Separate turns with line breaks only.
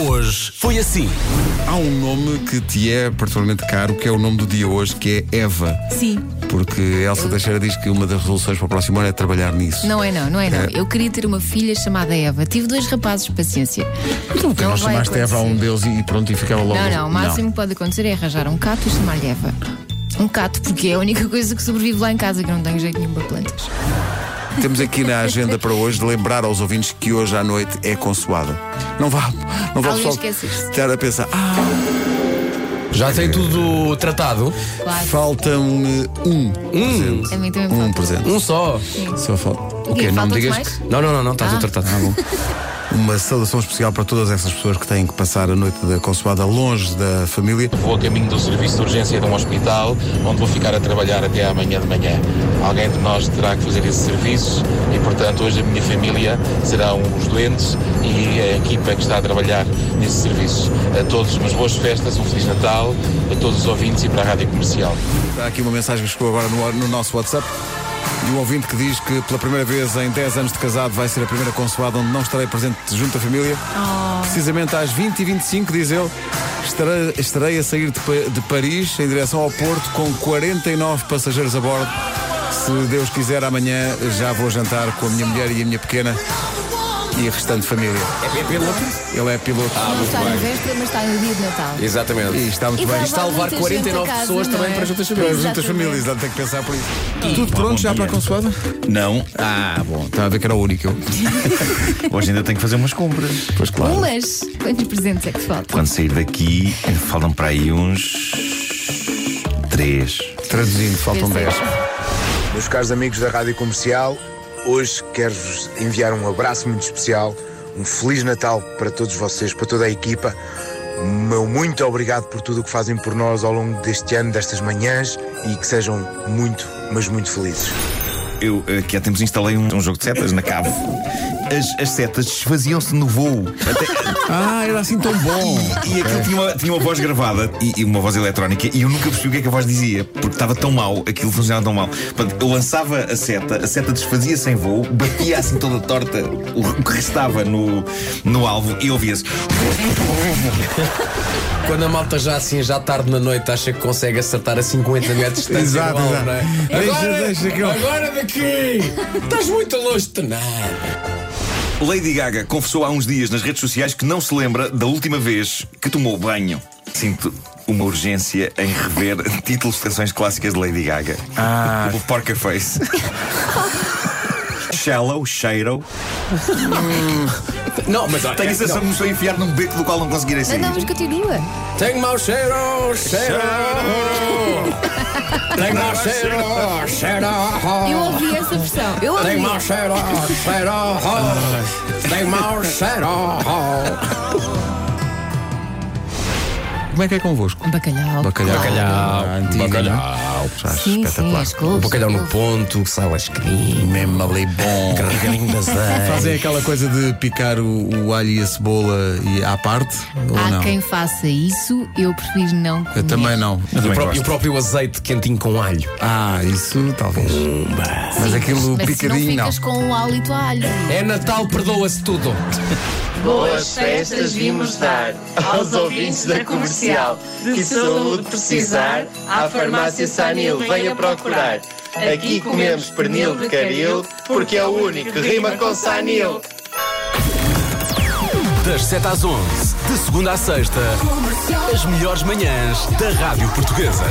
hoje foi assim.
Há um nome que te é particularmente caro, que é o nome do dia hoje, que é Eva.
Sim,
Porque Elsa Teixeira diz que uma das resoluções para o próximo ano é trabalhar nisso.
não é não, não é não.
É.
Eu queria ter uma filha chamada Eva. Tive dois rapazes, paciência.
Então, porque
Não
nós
vai
chamaste Eva a um
acontecer.
deles e pronto, e ficava logo. assim.
Não, não, o máximo que pode acontecer é arranjar um cato e chamar-lhe Eva. Um cato, porque é a única coisa que sobrevive lá em casa, que eu não tenho jeito nenhum para plantas.
Temos aqui na agenda para hoje de lembrar aos ouvintes que hoje à noite é consoada. Não vá, não vá
Alguém
pessoal
esquecer-se.
estar a pensar, ah,
Já tem tudo tratado?
Claro,
falta-me um.
Um,
a mim também me
Um
falta.
presente.
um só.
Só falta.
O quê?
não me
Faltam-te
digas
mais?
que-
Não, não, não, não, está tudo tratado.
Uma saudação especial para todas essas pessoas que têm que passar a noite da consoada longe da família.
Vou a caminho do serviço de urgência de um hospital, onde vou ficar a trabalhar até amanhã de manhã. Alguém de nós terá que fazer esse serviço e, portanto, hoje a minha família serão os doentes e a equipa que está a trabalhar nesse serviço. A todos umas boas festas, um Feliz Natal, a todos os ouvintes e para a Rádio Comercial.
Há aqui uma mensagem que chegou agora no, no nosso WhatsApp. De um ouvinte que diz que pela primeira vez em 10 anos de casado vai ser a primeira consoada onde não estarei presente junto à família. Precisamente às 20h25, diz ele, estarei, estarei a sair de, Pa- de Paris em direção ao Porto com 49 passageiros a bordo. Se Deus quiser, amanhã já vou jantar com a minha mulher e a minha pequena e a restante família.
É piloto?
Ele é piloto
Não está na véspera, mas está no dia de Natal.
Exatamente.
e está muito bem.
vai
está a levar
muita
49
gente a casa,
pessoas
não
também
é?
para juntas
Para
famílias.
as outras
Exatamente.
famílias, há de ter que pensar por isso. Tudo pronto já para a consoada?
Não,
Ah, bom, estava a ver que era o único.
hoje ainda tenho que fazer umas compras.
Pois claro.
Umas! Quantos presentes é que te faltam?
Quando sair daqui, falam para aí uns. três.
Traduzindo, faltam
Deve
10.
ser.
Meus caros amigos da Rádio Comercial, hoje quero-vos enviar um abraço muito especial, um Feliz Natal para todos vocês, para toda a equipa. O Meu muito obrigado por tudo o que fazem por nós ao longo deste ano, destas manhãs e que sejam muito, mas muito felizes.
Eu aqui há tempos instalei um, um jogo de setas na cave. As, as setas desfaziam-se no voo. Até-
Ah, era assim tão bom.
e aquilo tinha uma, tinha uma voz gravada e, e uma voz eletrónica e eu nunca percebi o que é que a voz dizia, porque estava tão mal, aquilo funcionava tão mal. Portanto, eu lançava a seta, a seta desfazia-se em voo, batia assim toda torta o, o que restava no, no alvo e ouvia-se.
Quando a malta já assim, já tarde na noite, acha que consegue acertar a 50 metros de distância.
Exato,
do alvo,
exato.
não é?
Deixa-
Agora,
deixa que eu-
agora daqui! Estás muito longe de nada.
Lady Gaga confessou há uns dias nas redes sociais que não se lembra da última vez que tomou banho. Sinto uma urgência em rever títulos de canções clássicas de Lady Gaga. Ah. O Porca Face. Shallow, Shadow.
Não, mas olha,
Tenho a sensação
não.
que me estou a enfiar num beco do qual não conseguirei
Não,
sair.
não, mas continua.
Tenho mau cheiro, cheiro. Tenho mau cheiro, cheiro.
Eu
Oh.
ouvi essa versão. Eu ouvi.
Tenho mau cheiro, cheiro. Tenho mau cheiro.
Como é que é convosco?
Bacalhau.
Bacalhau.
Bacalhau,
Ah, antiga,
bacalhau.
não?
Sim, sim,
Espetacular.
as couves.
é? Bacalhau no ponto, sal cream. é Mesmo ali bom. Carregadinho de azeite.
Fazem aquela coisa de picar o, o alho e a cebola e à parte? ou
Há
não?
quem faça isso, eu prefiro não comer.
Eu também não.
E o
Também
próprio-
gosto.
e o próprio azeite quentinho com alho.
Ah, isso talvez. Mas
Sim,
aquilo
mas
picadinho
se não
não.
ficas com o hálito a alho.
É Natal, perdoa-se tudo.
Boas festas vimos dar aos ouvintes da comercial. De saúde precisar, à farmácia Sanil venha procurar. Aqui comemos pernil de caril, porque é o único que rima com Sanil.
Das 7 às 11, de segunda à sexta, as melhores manhãs da Rádio Portuguesa.